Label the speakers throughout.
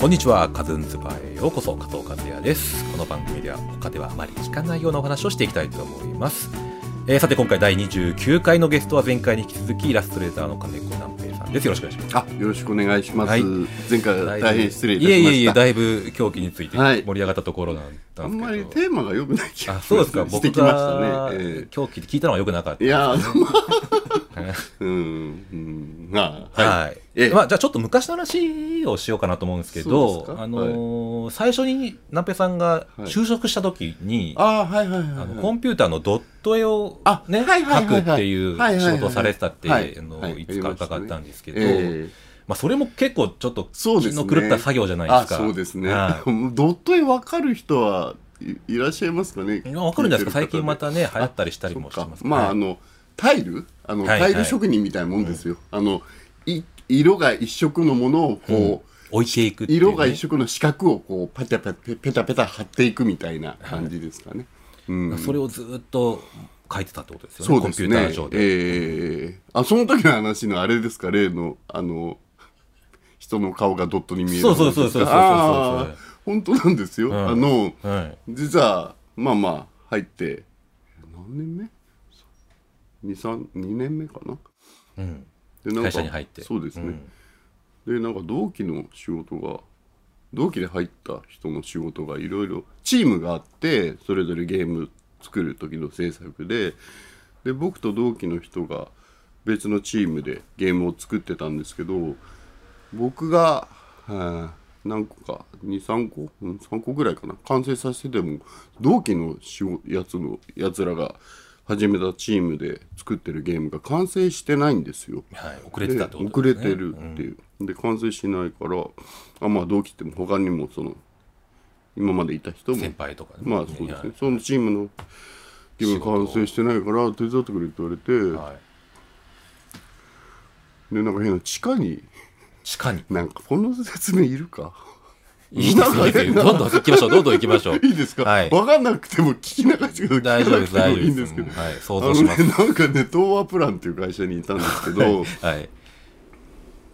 Speaker 1: こんにちは、カズンズバーへようこそ、加藤和也です。この番組では他ではあまり聞かないようなお話をしていきたいと思います。えーさて今回第29回のゲストは前回に引き続きイラストレーターの金子南平さんです。よろしくお願いします。
Speaker 2: あ、よろしくお願いします。
Speaker 1: はい
Speaker 2: 前回は大変失礼いたしま
Speaker 1: え
Speaker 2: し
Speaker 1: い
Speaker 2: た。
Speaker 1: えいえ、だいぶ狂気について
Speaker 2: はい
Speaker 1: 盛り上がったところだった
Speaker 2: あ
Speaker 1: ん
Speaker 2: ん
Speaker 1: ですけど。
Speaker 2: まりテーマが良くない気が
Speaker 1: あそうですか、
Speaker 2: し
Speaker 1: 僕
Speaker 2: てきました
Speaker 1: が
Speaker 2: ね。え
Speaker 1: 狂気で聞いたのは良くなかっ
Speaker 2: え いやー、
Speaker 1: た。はい
Speaker 2: うん、うん、あー、はい。
Speaker 1: はい。
Speaker 2: ええ
Speaker 1: まあ、じゃあちょっと昔の話をしようかなと思うんですけ
Speaker 2: そう
Speaker 1: ど、
Speaker 2: ですか
Speaker 1: あのー最初に南平さんが就職した時に、
Speaker 2: あー、はいはいはい
Speaker 1: あ
Speaker 2: はい。
Speaker 1: のコンピューターのドット絵を
Speaker 2: あ
Speaker 1: ね、
Speaker 2: はいはいはいはい
Speaker 1: 描くっていう
Speaker 2: はいはいは
Speaker 1: 仕
Speaker 2: い
Speaker 1: 事をされてたって、
Speaker 2: はい
Speaker 1: あの
Speaker 2: はい
Speaker 1: いつか伺ったんですけど、
Speaker 2: ええ
Speaker 1: まあ、それも結構ちょっと
Speaker 2: そうで
Speaker 1: 気
Speaker 2: す
Speaker 1: の
Speaker 2: ね。
Speaker 1: 狂った作業じゃないですか。
Speaker 2: あ、そうですね。
Speaker 1: は
Speaker 2: ドット絵わかる人はいいらっしゃいますかね。
Speaker 1: いわかるんじゃないですか、
Speaker 2: 聞い
Speaker 1: 最
Speaker 2: て
Speaker 1: 近
Speaker 2: る方で
Speaker 1: またね、流行ったりしたりもし
Speaker 2: そっか
Speaker 1: ます
Speaker 2: まああ
Speaker 1: はい
Speaker 2: のタイルあの、
Speaker 1: はい
Speaker 2: タイル職人みたいなもんですよ、あのい色が一色のものをこう、
Speaker 1: 置いていくっていうね
Speaker 2: 色が一色の四角をこうパタパタペタペタ貼っていくみたいな感じですかね、うん
Speaker 1: それをずっと書いてたってことですよ
Speaker 2: そ
Speaker 1: ね、
Speaker 2: う
Speaker 1: コ
Speaker 2: で
Speaker 1: ンピ
Speaker 2: す
Speaker 1: ュ
Speaker 2: ね
Speaker 1: ーター上で。
Speaker 2: えーあその時の話のあれですか例のあの人の顔がドットに見える
Speaker 1: そうそうそうそうそうそうそう
Speaker 2: あー本当なんですよ、
Speaker 1: ん
Speaker 2: あの
Speaker 1: はい
Speaker 2: 実はまあまあ入って何年目23 2年目かな
Speaker 1: うん、
Speaker 2: でなんか
Speaker 1: 会社に入って。
Speaker 2: そうですね、でなんか同期の仕事が同期で入った人の仕事がいろいろチームがあってそれぞれゲーム作る時の制作でで僕と同期の人が別のチームでゲームを作ってたんですけど僕が、はあ何個か23個、うん、3個ぐらいかな完成させてても同期の仕事やつのやつらが始めたチームで作ってるゲームが完成してないんですよ。
Speaker 1: うんはい、遅れてたってこと
Speaker 2: 遅
Speaker 1: で
Speaker 2: れ
Speaker 1: すね。
Speaker 2: てるっていう、で完成しないからあまあ同期っても他にもその今までいた人も
Speaker 1: 先輩とかね。
Speaker 2: まあそうです
Speaker 1: はい
Speaker 2: ねそのチームのゲーム完成してないから手伝ってくれって言われて、
Speaker 1: はい、
Speaker 2: でなんか変な地下に
Speaker 1: 地下に。
Speaker 2: なんかこの説明いるか
Speaker 1: いいですねいいですね。どんどん行きましょう。どんどん行きましょう。
Speaker 2: いいですか、
Speaker 1: はい。
Speaker 2: 分かんなくても聞き流してくださ
Speaker 1: 大
Speaker 2: い
Speaker 1: 丈夫です、大丈夫です。
Speaker 2: いいんですけど、
Speaker 1: うんはい。想
Speaker 2: あ
Speaker 1: 像
Speaker 2: の
Speaker 1: し
Speaker 2: ね
Speaker 1: ます。
Speaker 2: なんかね東和プランっていう会社にいたんですけど、
Speaker 1: はい。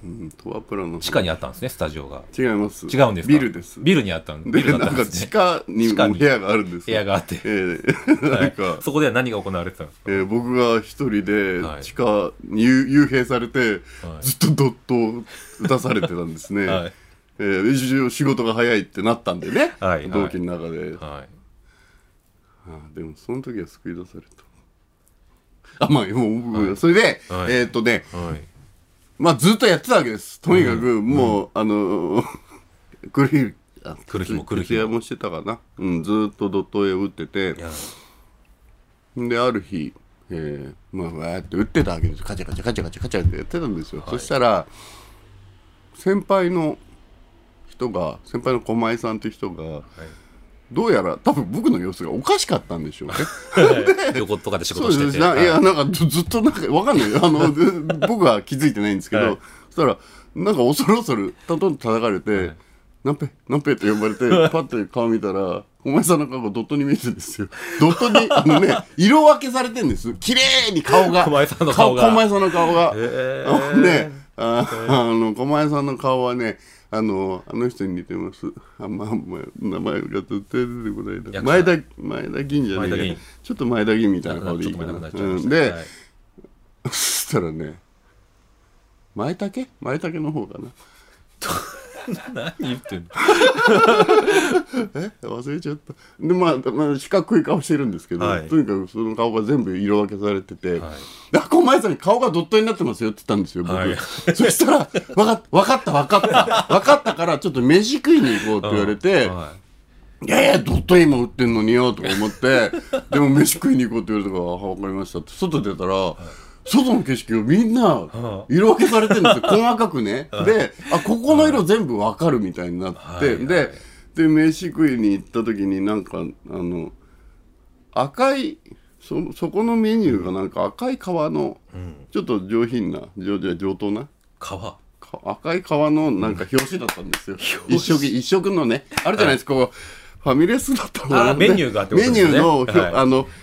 Speaker 2: うん、東和プランの
Speaker 1: 地下にあったんですね、スタジオが。
Speaker 2: 違います
Speaker 1: 違うんですか
Speaker 2: ビルです
Speaker 1: ビルにあったんビ
Speaker 2: で、
Speaker 1: ルだ
Speaker 2: な
Speaker 1: った
Speaker 2: ん
Speaker 1: んで
Speaker 2: か
Speaker 1: す
Speaker 2: 地
Speaker 1: ね。
Speaker 2: 下に
Speaker 1: 地下に
Speaker 2: も部屋があるんです
Speaker 1: 部
Speaker 2: よ
Speaker 1: 屋があって。
Speaker 2: ええなんか、
Speaker 1: はいそこでは何が行われてたんですか
Speaker 2: えー僕が一人で
Speaker 1: はい
Speaker 2: 地下に幽幽閉されて、
Speaker 1: はい
Speaker 2: ずっとドットを打たされてたんです ね、
Speaker 1: はい
Speaker 2: えー一応仕事が早いってなったんでね、
Speaker 1: はいはい
Speaker 2: 同期の中で、
Speaker 1: はい。
Speaker 2: ああでもその時は救い出されたあまあもう僕、それで、
Speaker 1: はい
Speaker 2: えーっとね
Speaker 1: はい。
Speaker 2: まあずっとやってたわけですとにかくもう、あの来る日あ
Speaker 1: 来る日も来る日も
Speaker 2: 徹夜もしてたかな、うん、ずーっとドット絵を打ってて
Speaker 1: いや、
Speaker 2: である日、えーまあ、わーって打ってたわけですカチャカチャカチャカチャカチャってやってたんですよ、そしたら先輩の人が先輩の駒井さんって人が、どうやら多分僕の様子がおかしかったんでしょうね
Speaker 1: 横とかで仕
Speaker 2: そ
Speaker 1: 事
Speaker 2: う
Speaker 1: して
Speaker 2: で
Speaker 1: て。
Speaker 2: すな
Speaker 1: はい
Speaker 2: いやなんかず ずっとなんかわかんないあ ので僕は気づいてないんですけど、
Speaker 1: はい
Speaker 2: そしたらなんか恐る恐るたとんと叩かれて、なんぺなんぺって呼ばれてパッて顔見たらお前さんの顔がドットに見えてるんですよドットにあのね色分けされてるんです綺麗に顔 が
Speaker 1: 狛江さんの顔が
Speaker 2: か狛江さんの顔が、
Speaker 1: へー
Speaker 2: あのねああの狛江さんの顔はねあのあの人に似てますあまあまあ名前が絶対出てこないな
Speaker 1: 者
Speaker 2: 前田前田銀じゃね
Speaker 1: 前田
Speaker 2: え
Speaker 1: 銀
Speaker 2: やちょっと前田銀みたいな
Speaker 1: な
Speaker 2: 顔
Speaker 1: んか
Speaker 2: で
Speaker 1: ち
Speaker 2: い
Speaker 1: ょっ
Speaker 2: い
Speaker 1: と前な
Speaker 2: かな
Speaker 1: くなっちゃいま
Speaker 2: う
Speaker 1: した。
Speaker 2: んで、
Speaker 1: はい
Speaker 2: そしたらね舞茸舞茸の方かな
Speaker 1: 何言ってんの
Speaker 2: え忘れちゃったでまあ、まあ、四角い顔してるんですけど、
Speaker 1: はい
Speaker 2: とにかくその顔が全部色分けされてて、
Speaker 1: はい
Speaker 2: であこ前さんに顔がドットになってますよって言ったんですよ僕、
Speaker 1: はい
Speaker 2: そしたら「わかったわかったわかったわかったからちょっと飯食いに行こう」って言われ て「
Speaker 1: はい
Speaker 2: やいやドット今売ってんのによ」とか 思って「でも飯食いに行こう」って言われたから「あ分かりました」って外出たら、外の景色をみんな色分けされてる んですよ細かくね。であここの色全部分かるみたいになって、
Speaker 1: はいはい
Speaker 2: でで飯食いに行った時になんかあの赤いそそこのメニューがなんか赤い皮の、ちょっと上品な上上上等な。
Speaker 1: 川。
Speaker 2: か赤い革のなんか表紙だったんですよ。一色、一色のね、あるじゃないですか、こう、ファミレスだったの
Speaker 1: あメニューがってことですね
Speaker 2: メニューの、ひょ
Speaker 1: はい
Speaker 2: あの、
Speaker 1: はいはい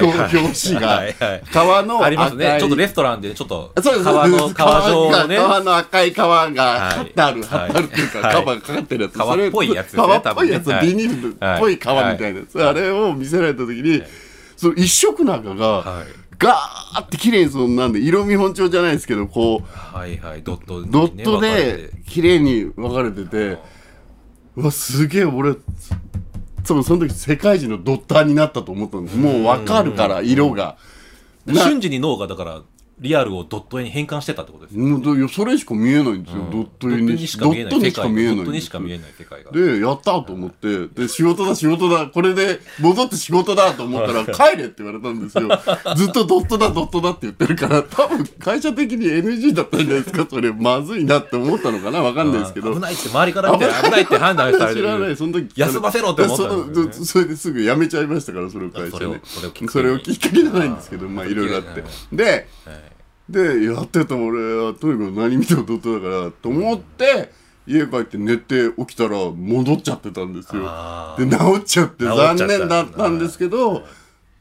Speaker 2: 表表紙が
Speaker 1: はいはい
Speaker 2: 川の
Speaker 1: あります
Speaker 2: 赤
Speaker 1: ね。
Speaker 2: い
Speaker 1: ちょっとレストランでね、ちょっと
Speaker 2: そうです
Speaker 1: 川の、川上のね、
Speaker 2: 川の赤い川が
Speaker 1: はい
Speaker 2: 貼ってある、貼ってあるっていうか、
Speaker 1: はい
Speaker 2: カバーかかってるやつ。
Speaker 1: 川っぽいやつですね
Speaker 2: 川っぽいやつ、
Speaker 1: 多分ね
Speaker 2: ビニールっぽい川みたいなやつ。
Speaker 1: はい
Speaker 2: あれを見せられた時に、その一色なんかが、
Speaker 1: はい。
Speaker 2: ガーって綺麗にそんなんで、色見本調じゃないですけど、こう、
Speaker 1: はいはい、ドットにね
Speaker 2: ドット
Speaker 1: 分かれ
Speaker 2: で
Speaker 1: て
Speaker 2: 綺麗に分かれてて、うわ、すげえ俺、多分その時世界中のドッターになったと思ったんです。もう分かるから、色が。な
Speaker 1: 瞬時に脳がだから、リアルをドット絵に変換してたってことですよ。
Speaker 2: うんだそれしか見えないんですよ、ドット
Speaker 1: ド
Speaker 2: 絵
Speaker 1: ットにしか見えない世界。ドッ
Speaker 2: ドッ
Speaker 1: ト
Speaker 2: ト
Speaker 1: に
Speaker 2: に
Speaker 1: し
Speaker 2: し
Speaker 1: か
Speaker 2: か
Speaker 1: 見
Speaker 2: 見
Speaker 1: え
Speaker 2: えな
Speaker 1: な
Speaker 2: い
Speaker 1: い世界が。
Speaker 2: でやったと思ってで仕事だ仕事だこれで戻って仕事だと思ったら帰れって言われたんです よずっとドットだドットだって言ってるから多分会社的に NG だったんじゃないですかそれまずいなって思ったのかなわかんないですけど
Speaker 1: 危ないって周りから見たら危ないって判断されて
Speaker 2: 知らない
Speaker 1: る。
Speaker 2: その時
Speaker 1: 休ませろって思ったんですよね
Speaker 2: そのそれですぐ辞めちゃいましたからそれを会
Speaker 1: そ
Speaker 2: 社ね
Speaker 1: れを
Speaker 2: それをきっかけじゃないんですけどまあいろいろあってででやってた俺はとにかく何見てもドットだからと思って家帰って寝て起きたら戻っちゃってたんですよ
Speaker 1: あ
Speaker 2: で治っちゃって
Speaker 1: 治っちゃった
Speaker 2: 残念だったんですけど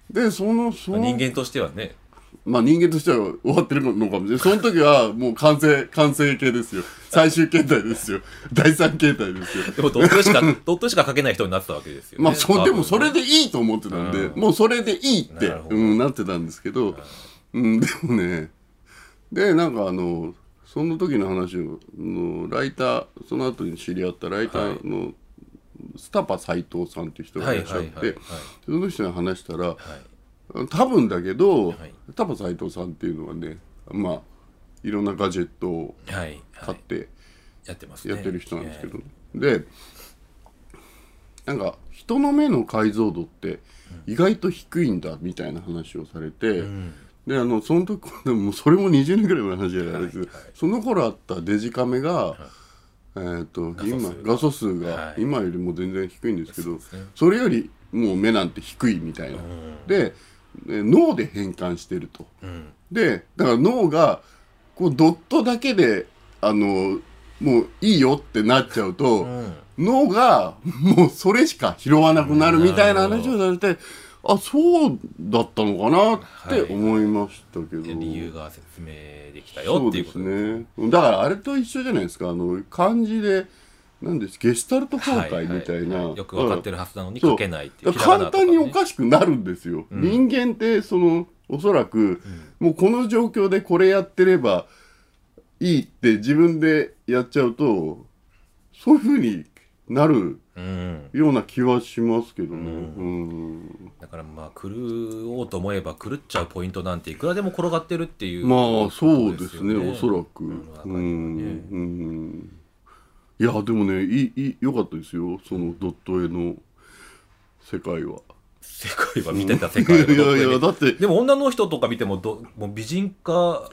Speaker 2: でそのその
Speaker 1: 人間としてはね、
Speaker 2: まあ人間としては終わってるのかもしれない。その時はもう完成、完成形ですよ。最終形態ですよ。第三形態ですよ。
Speaker 1: でもドット絵しか、ドット絵しか描けない人になってたわけですよね。
Speaker 2: まあそ、
Speaker 1: 多
Speaker 2: で
Speaker 1: 分
Speaker 2: もそれでいいと思ってたんで、
Speaker 1: う
Speaker 2: もうそれでいいって
Speaker 1: なるほ
Speaker 2: な,、
Speaker 1: ど
Speaker 2: うん、なってたんですけど、うん、でもね、で、なんかあの、その時の話を、のライター、その後に知り合ったライターの、スタパ斎藤さんっていう人が
Speaker 1: はいい
Speaker 2: らっしゃ
Speaker 1: は
Speaker 2: っ
Speaker 1: い
Speaker 2: て、
Speaker 1: はいはい。
Speaker 2: その人に話したら、
Speaker 1: はい
Speaker 2: 多分だけど、
Speaker 1: い
Speaker 2: 多分斎藤さんっていうのはねまあいろんなガジェットを
Speaker 1: はい、は
Speaker 2: 買っ
Speaker 1: い、
Speaker 2: て
Speaker 1: やってますね
Speaker 2: やってる人なんですけど、でなんか人の目の解像度って意外と低いんだみたいな話をされて、であのその時 でもそれも20年ぐらい前の話じゃないです、
Speaker 1: はいはい
Speaker 2: その頃あったデジカメが、えー、と
Speaker 1: 素数
Speaker 2: 今
Speaker 1: が
Speaker 2: 画素数が
Speaker 1: はい
Speaker 2: 今よりも全然低いんですけ
Speaker 1: そ
Speaker 2: ど、
Speaker 1: うですね
Speaker 2: それよりもう目なんて低いみたいな、でえ脳で変換してると。
Speaker 1: うん
Speaker 2: でだから脳がこうドットだけであのもういいよってなっちゃうと、
Speaker 1: うん
Speaker 2: 脳がもうそれしか拾わなくなるみたいな話をされて、あそうだったのかなって思いましたけど、
Speaker 1: 理由が説明できた
Speaker 2: そ
Speaker 1: よ
Speaker 2: う
Speaker 1: ってい
Speaker 2: で
Speaker 1: うこと
Speaker 2: す
Speaker 1: です
Speaker 2: ねだからあれと一緒じゃないですかあの漢字でなんですゲスタルト崩壊みたいな、
Speaker 1: はははよく分かってるはずなのに
Speaker 2: そう
Speaker 1: 書けないってい
Speaker 2: だ
Speaker 1: う。
Speaker 2: から簡単にお
Speaker 1: し
Speaker 2: かしくなるんですよ、人間ってそのおそらく、もうこの状況でこれやってればいいって自分でやっちゃうとそういうふうになる
Speaker 1: うん。
Speaker 2: ような気はしますけどね、うん
Speaker 1: だからまあ、狂おうと思えば狂っちゃうポイントなんていくらでも転がってるっていう。
Speaker 2: まあそうですね
Speaker 1: ことよ
Speaker 2: おそらく、
Speaker 1: 世の中
Speaker 2: う
Speaker 1: には
Speaker 2: ん
Speaker 1: ね
Speaker 2: うんいやでもねいいいい良かったですよそのドット絵の世界は。
Speaker 1: 世界は見てた世界
Speaker 2: いやい
Speaker 1: だ
Speaker 2: やだって
Speaker 1: でも女の人とか見てもど、もう美人か、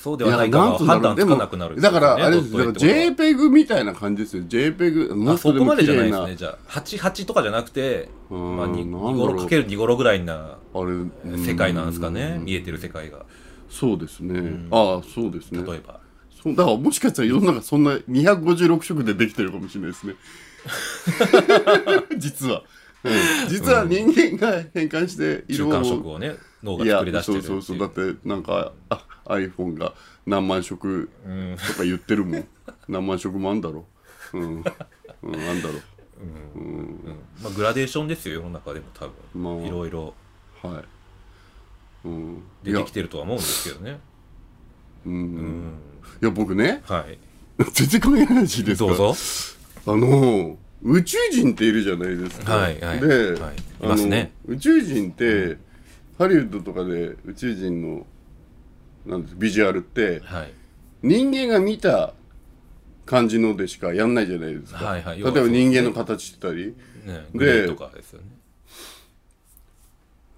Speaker 1: そうで
Speaker 2: い
Speaker 1: はないかが
Speaker 2: つうんだ
Speaker 1: 判
Speaker 2: ろう
Speaker 1: 断
Speaker 2: で
Speaker 1: つ
Speaker 2: も
Speaker 1: かなくなるんですよ
Speaker 2: だか
Speaker 1: ね。
Speaker 2: ら、あれです、
Speaker 1: ドッ
Speaker 2: だ
Speaker 1: ト
Speaker 2: か
Speaker 1: 絵って
Speaker 2: ら
Speaker 1: ことは
Speaker 2: JPEG みたいな感じですよ。JPEG、も
Speaker 1: あ
Speaker 2: っと
Speaker 1: そこまでじゃないです
Speaker 2: も綺
Speaker 1: ね、
Speaker 2: 麗
Speaker 1: じゃあ、8、八とかじゃなくて、
Speaker 2: うん
Speaker 1: まあ、に
Speaker 2: なんだ
Speaker 1: 2
Speaker 2: ろう
Speaker 1: ごろかける2ごろぐらいな
Speaker 2: あれうん
Speaker 1: 世界なんですかね、見えてる世界が、
Speaker 2: そうですね。ああ、そうですね。
Speaker 1: 例えば。
Speaker 2: そうだから、もしかしたら世の中そんな256色でできてるかもしれないですね。 実は。うん実は人間が変換して
Speaker 1: 中
Speaker 2: 色
Speaker 1: 間色
Speaker 2: を。
Speaker 1: をね、脳が
Speaker 2: いや
Speaker 1: 作り出して
Speaker 2: そ
Speaker 1: る
Speaker 2: う
Speaker 1: ってい
Speaker 2: そうそうだってなんかあ iPhone が何万色
Speaker 1: うん
Speaker 2: とか言ってるもん何万色もあんだろうん、うん、あんだろ
Speaker 1: うんまあ、グラデーションですよ、世の中でも多
Speaker 2: まあ
Speaker 1: 分、いろいろ
Speaker 2: はい。うん、い
Speaker 1: 出
Speaker 2: や
Speaker 1: てきてるとは思うんですけどね。
Speaker 2: うん、いや僕ね
Speaker 1: はい。
Speaker 2: 全然関係ない話です
Speaker 1: ど
Speaker 2: か
Speaker 1: うぞ。
Speaker 2: あの宇宙人っているじゃないですか
Speaker 1: はいはい
Speaker 2: で、
Speaker 1: はい
Speaker 2: あの
Speaker 1: いますね
Speaker 2: 宇宙人ってハリウッドとかで宇宙人のなんですビジュアルって
Speaker 1: はい。
Speaker 2: 人間が見た感じのでしかやんないじゃないですか、
Speaker 1: はいはい
Speaker 2: 例えば人間の形してたり
Speaker 1: ね、グレーとかですよね。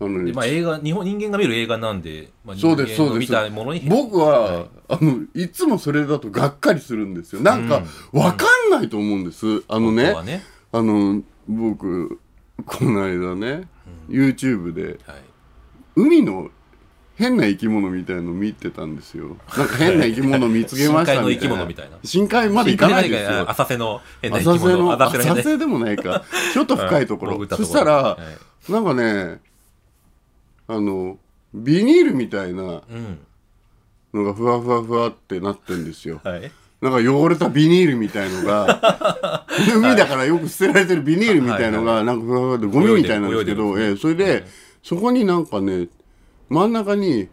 Speaker 2: あの
Speaker 1: で、まあ、映画、日本、人間が見る映画なんで、まあ、人
Speaker 2: そう
Speaker 1: 間
Speaker 2: ですそう
Speaker 1: の
Speaker 2: で
Speaker 1: 見
Speaker 2: す
Speaker 1: たものに
Speaker 2: 僕は、あのいつもそれだとがっかりするんですよなんか、わかんないと思うんです、あのね
Speaker 1: はね、
Speaker 2: あの僕この間ね、YouTube で
Speaker 1: はい。
Speaker 2: 海の変な生き物みたいの見てたんですよなんか変な生き物見つけましたみたいな
Speaker 1: 深海の生き物みたいな
Speaker 2: 深海まで行かないです
Speaker 1: あ
Speaker 2: よ
Speaker 1: 浅瀬の変な生
Speaker 2: 浅
Speaker 1: き
Speaker 2: 瀬
Speaker 1: 物。
Speaker 2: の
Speaker 1: 浅瀬の
Speaker 2: 浅
Speaker 1: 変な
Speaker 2: 瀬でもないかちょっと深いところ、
Speaker 1: 潜った
Speaker 2: そしたら、
Speaker 1: はい
Speaker 2: なんかねあのビニールみたいな
Speaker 1: うん。
Speaker 2: のがふわふわふわってなってんですよ
Speaker 1: はい。
Speaker 2: なんか汚れたビニールみたいのが 海だからよく捨てられてるビニールみたいのがなんかふわふわでゴミみたいなんですけ
Speaker 1: 泳い
Speaker 2: ど、
Speaker 1: でる
Speaker 2: ええそれでそこになんかね真ん中に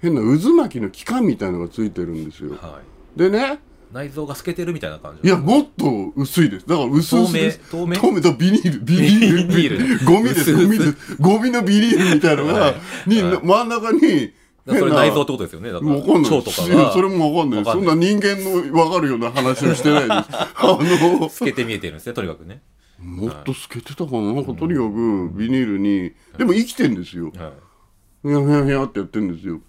Speaker 2: 変な渦巻きの器官みたいのがついてるんですよ
Speaker 1: はい。
Speaker 2: でね
Speaker 1: 内臓が透けてるみたいな感じ。
Speaker 2: いや、もっと薄いです。だから薄々です。
Speaker 1: 透明透明
Speaker 2: 透明だ、ビニール、ビニール。
Speaker 1: ビニール
Speaker 2: ゴミです、
Speaker 1: 薄々
Speaker 2: ゴミです。ゴミのビニールみたいの
Speaker 1: は
Speaker 2: が
Speaker 1: い、
Speaker 2: に、
Speaker 1: はい
Speaker 2: 真ん中に、
Speaker 1: だからそれ内臓ってことですよね。だから
Speaker 2: わかんない
Speaker 1: 腸とかが
Speaker 2: いやそれもわかんない
Speaker 1: わか
Speaker 2: そ
Speaker 1: ん
Speaker 2: ん
Speaker 1: な
Speaker 2: な人間のわかるような話をしてない です。あの、
Speaker 1: 透けて見えてるんですね、とにかくね。
Speaker 2: もっと透けてたかななんかとにかくビニールに、でも生きてんですよ。
Speaker 1: は
Speaker 2: ふやふやふやってやってるんですよ。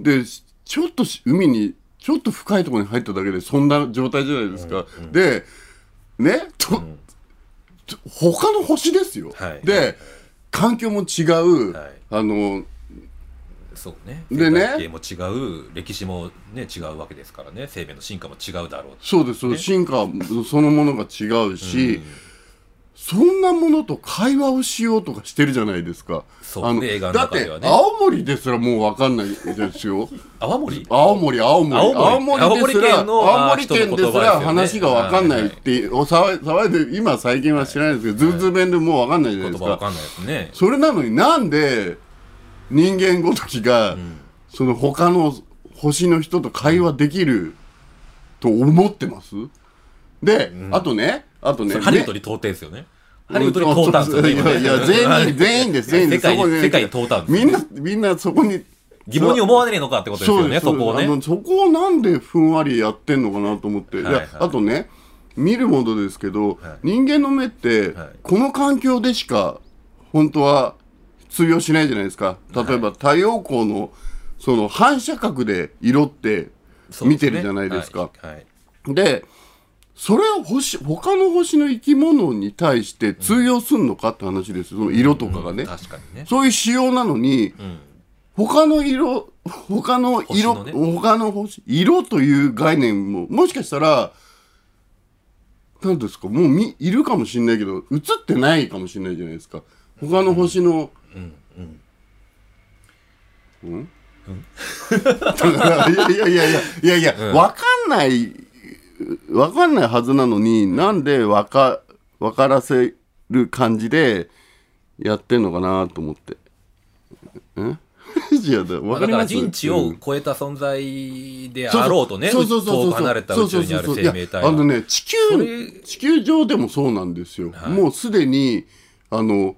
Speaker 2: で、しちょっとし海に、ちょっと深いところに入っただけで、そんな状態じゃないですか。で、ね、と、ちょ他の星ですよ。
Speaker 1: はい
Speaker 2: で、環境も違う、
Speaker 1: はい
Speaker 2: あの、
Speaker 1: い。そうね。
Speaker 2: でね
Speaker 1: 生態系も違う、歴史もね、違うわけですからね。生命の進化も違うだろう。
Speaker 2: そうです、そうです進化そのものが違うし、そんなものと会話をしようとかしてるじゃないですか。
Speaker 1: そう
Speaker 2: あの
Speaker 1: ね映画の
Speaker 2: だっ
Speaker 1: 中で
Speaker 2: て
Speaker 1: はね、
Speaker 2: 青森ですらもうわかんないですよ。
Speaker 1: 泡盛
Speaker 2: 青森、青森、
Speaker 1: 青森
Speaker 2: ですら、
Speaker 1: 青森県のあー
Speaker 2: 青森
Speaker 1: 人の言葉で
Speaker 2: 県ですら
Speaker 1: すよね
Speaker 2: 話がわかんないって、お騒い騒いで、今最近は知らないですけど、ズーズー弁でもうわかんないじゃない
Speaker 1: 言
Speaker 2: です
Speaker 1: 葉
Speaker 2: か。
Speaker 1: わかんないですね。
Speaker 2: それなのになんで人間ごときが、その他の星の人と会話できると思ってますで、あとね、あとね、
Speaker 1: それハリウッドに到底ですよね。ハリウッドに到達ですよね。
Speaker 2: い
Speaker 1: 今ね
Speaker 2: やいや、全員、全員です、全員です。
Speaker 1: 世界に
Speaker 2: そこね
Speaker 1: 世界に到達
Speaker 2: みんな、みんなそこに。
Speaker 1: 疑問に思わねえのかってことですよね、そ
Speaker 2: です
Speaker 1: こを
Speaker 2: あ
Speaker 1: ね。
Speaker 2: のそこをなんでふんわりやってんのかなと思って、
Speaker 1: はいはい
Speaker 2: いやあとね見るものですけど、人間の目って、
Speaker 1: はい
Speaker 2: この環境でしか本当は通用しないじゃないですか例えば太陽光のその反射角で色って
Speaker 1: そうで
Speaker 2: 見
Speaker 1: すね
Speaker 2: てるじゃないですか。
Speaker 1: はいはい
Speaker 2: でそれを星他の星の生き物に対して通用すんのかって話ですよその色とかがね、
Speaker 1: 確かにね。
Speaker 2: そういう仕様なのに、他の色、他の色、
Speaker 1: 星の
Speaker 2: 他の星、色という概念も、もしかしたら、なんですか、もうみいるかもしれないけど、映ってないかもしれないじゃないですか。他の星の、うんだからいやいやいやいやいやいや、わかんない、わかんないはずなのに、なんでわか、わからせる感じで、やってんのかなと思って。え いやだわか
Speaker 1: だ
Speaker 2: り
Speaker 1: か
Speaker 2: ま
Speaker 1: ら
Speaker 2: す
Speaker 1: 人知
Speaker 2: うん
Speaker 1: を超えた存在であろうとね、
Speaker 2: そうそうそうそう
Speaker 1: 遠く離れた宇宙にある生命
Speaker 2: そうそうそう
Speaker 1: 体
Speaker 2: いやあの
Speaker 1: は
Speaker 2: ね地球
Speaker 1: それ
Speaker 2: 地球上でもそうなんですよ、もうすでにあの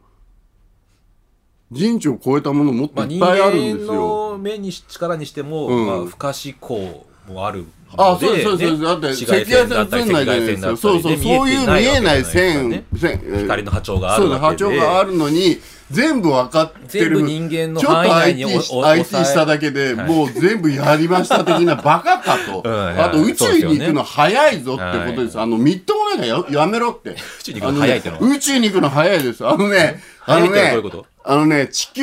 Speaker 2: 人知を超えたものもっ
Speaker 1: まあ
Speaker 2: とい
Speaker 1: 人
Speaker 2: っぱいあるん
Speaker 1: 間
Speaker 2: ですよ、
Speaker 1: の目にし力にしても、
Speaker 2: うん
Speaker 1: まあ不可視光もある
Speaker 2: あ
Speaker 1: の
Speaker 2: そうですそう
Speaker 1: で、
Speaker 2: です
Speaker 1: ね、
Speaker 2: だって
Speaker 1: 紫外線
Speaker 2: 赤外線
Speaker 1: だったり
Speaker 2: 映んない
Speaker 1: 赤
Speaker 2: じ
Speaker 1: 外
Speaker 2: ゃな
Speaker 1: 線だ
Speaker 2: いですか
Speaker 1: った
Speaker 2: そ
Speaker 1: り
Speaker 2: うそ
Speaker 1: で
Speaker 2: うそういう見えない線
Speaker 1: 見えてないわけじゃないですからね
Speaker 2: 線光
Speaker 1: 光の波長があ
Speaker 2: そう
Speaker 1: る
Speaker 2: だ
Speaker 1: わ
Speaker 2: 波
Speaker 1: けで
Speaker 2: 長があるのに全部分かって
Speaker 1: 全
Speaker 2: る
Speaker 1: 部人間の
Speaker 2: ちょっ
Speaker 1: 範囲
Speaker 2: と
Speaker 1: 内に
Speaker 2: IT,
Speaker 1: おお
Speaker 2: IT
Speaker 1: 抑え
Speaker 2: しただけで、
Speaker 1: はい
Speaker 2: もう全部やりました的なバカかと、
Speaker 1: うん
Speaker 2: あと宇宙に行くの早いぞってことです、あのみっともないからややめろって宇
Speaker 1: 宙に行くの早いってのは
Speaker 2: 宇宙に行くの早いですあのねあ
Speaker 1: 早い
Speaker 2: の
Speaker 1: って
Speaker 2: ね
Speaker 1: どういうこと
Speaker 2: あのね地球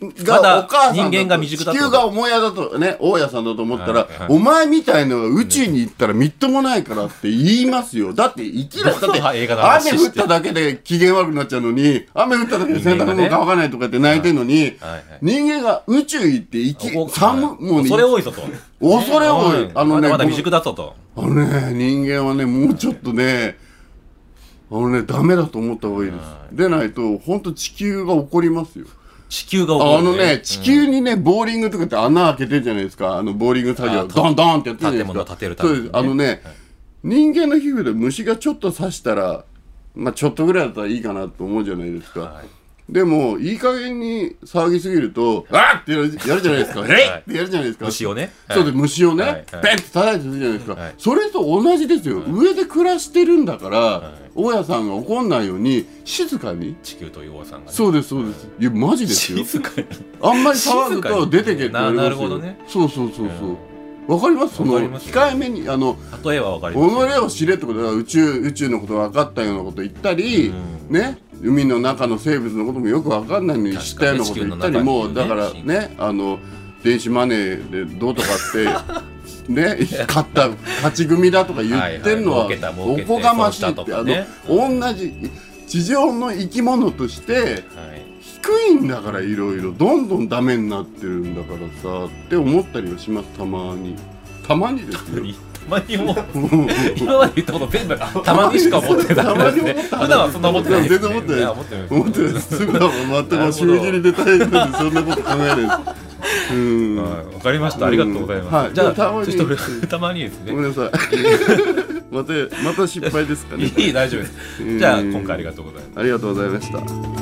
Speaker 1: まだ
Speaker 2: がお母さんだと
Speaker 1: 人間が未熟だって
Speaker 2: 地
Speaker 1: こと
Speaker 2: 球が母屋だとね大家さんだと思ったら、
Speaker 1: はいはい
Speaker 2: お前みたいのは宇宙に行ったらみっともないからって言いますよだって生 きないだっ
Speaker 1: どんな
Speaker 2: て
Speaker 1: 映画の話して
Speaker 2: 雨降っただけで機嫌悪くなっちゃうのに雨降っただけで洗濯物乾かないとかって泣いてるのに、
Speaker 1: はいはい
Speaker 2: 人間が宇宙行って生き
Speaker 1: ここ
Speaker 2: 寒もう
Speaker 1: 恐れ多いぞと。
Speaker 2: 恐れ多いあの
Speaker 1: まだ
Speaker 2: ね
Speaker 1: まだ未熟だぞと。
Speaker 2: あのね、人間はね、もうちょっとね、あのね、ダメだと思った方がいいです。でないと、ほんと地球が怒りますよ。
Speaker 1: 地球が
Speaker 2: あ
Speaker 1: 起こ
Speaker 2: の
Speaker 1: る、ね。
Speaker 2: ね、地球にね、ボーリングとかって穴開けてるじゃないですか。あの、ボーリング作
Speaker 1: あ
Speaker 2: 業、
Speaker 1: と
Speaker 2: ドンドンってやってるじゃないで
Speaker 1: 建
Speaker 2: すか。
Speaker 1: 物を建てるためにね
Speaker 2: そうです。あのね、人間の皮膚で虫がちょっと刺したら、まあちょっとぐらいだったらいいかなと思うじゃないですか。
Speaker 1: い
Speaker 2: でも、いい加減に騒ぎすぎると、あーってやるやるじゃないですか。えいってやるじゃないですか。
Speaker 1: 虫をね。
Speaker 2: そうです、虫をね、
Speaker 1: はいはい
Speaker 2: ペンって叩いてするじゃないですか、
Speaker 1: はい
Speaker 2: それと同じですよ、上で暮らしてるんだから、大家さんが怒んないように、静かに、
Speaker 1: 地球という王さんが、ね。
Speaker 2: そうです、そうです、いや、マジですよ、
Speaker 1: 静かに。
Speaker 2: あんまり騒ぐと出てけって言
Speaker 1: 静か
Speaker 2: われますよ
Speaker 1: にななるほどね
Speaker 2: そうそうそうそう、わかります、その
Speaker 1: わかります
Speaker 2: 控えめに、あの
Speaker 1: 例えばわかり
Speaker 2: 己
Speaker 1: ます。
Speaker 2: を知れってことは、宇宙宇宙のこと分かったようなこと言ったり、ね、海の中の生物のこともよく分かんないのに、知ったようなこと言った
Speaker 1: 確
Speaker 2: り、
Speaker 1: かに
Speaker 2: も
Speaker 1: 地
Speaker 2: う
Speaker 1: 球の
Speaker 2: だか
Speaker 1: 中
Speaker 2: ら
Speaker 1: にね
Speaker 2: ね、あの電子マネーでどうとかって。 ね、勝った勝ち組だとか言ってるのは
Speaker 1: はいはい儲けた儲けて
Speaker 2: おこがましいっ
Speaker 1: 損したと
Speaker 2: て
Speaker 1: か
Speaker 2: あ
Speaker 1: ね
Speaker 2: の同じ地上の生き物として
Speaker 1: はい。
Speaker 2: 比いんだからいろいろどんどんダメになってるんだからさって思ったりはしますたまにたまにです よ
Speaker 1: たまにもう今まで言ったこと全部たまにしか思ってたからですね
Speaker 2: たまに思
Speaker 1: 普段
Speaker 2: った
Speaker 1: はそんな思ってないです、ね、
Speaker 2: 全然思ってない
Speaker 1: や思ってない
Speaker 2: 思ってるすぐだもん全くしみじりで大変なんでそんなこと考えないですうん、
Speaker 1: はいわかりましたありがとうございます、
Speaker 2: はい
Speaker 1: じゃあ
Speaker 2: たまに
Speaker 1: ちょっとたまにです
Speaker 2: ごめ
Speaker 1: ね
Speaker 2: んなさい またまた失敗ですかね
Speaker 1: いい大丈夫ですじゃあ今回ありがとうございます
Speaker 2: ありがとうございました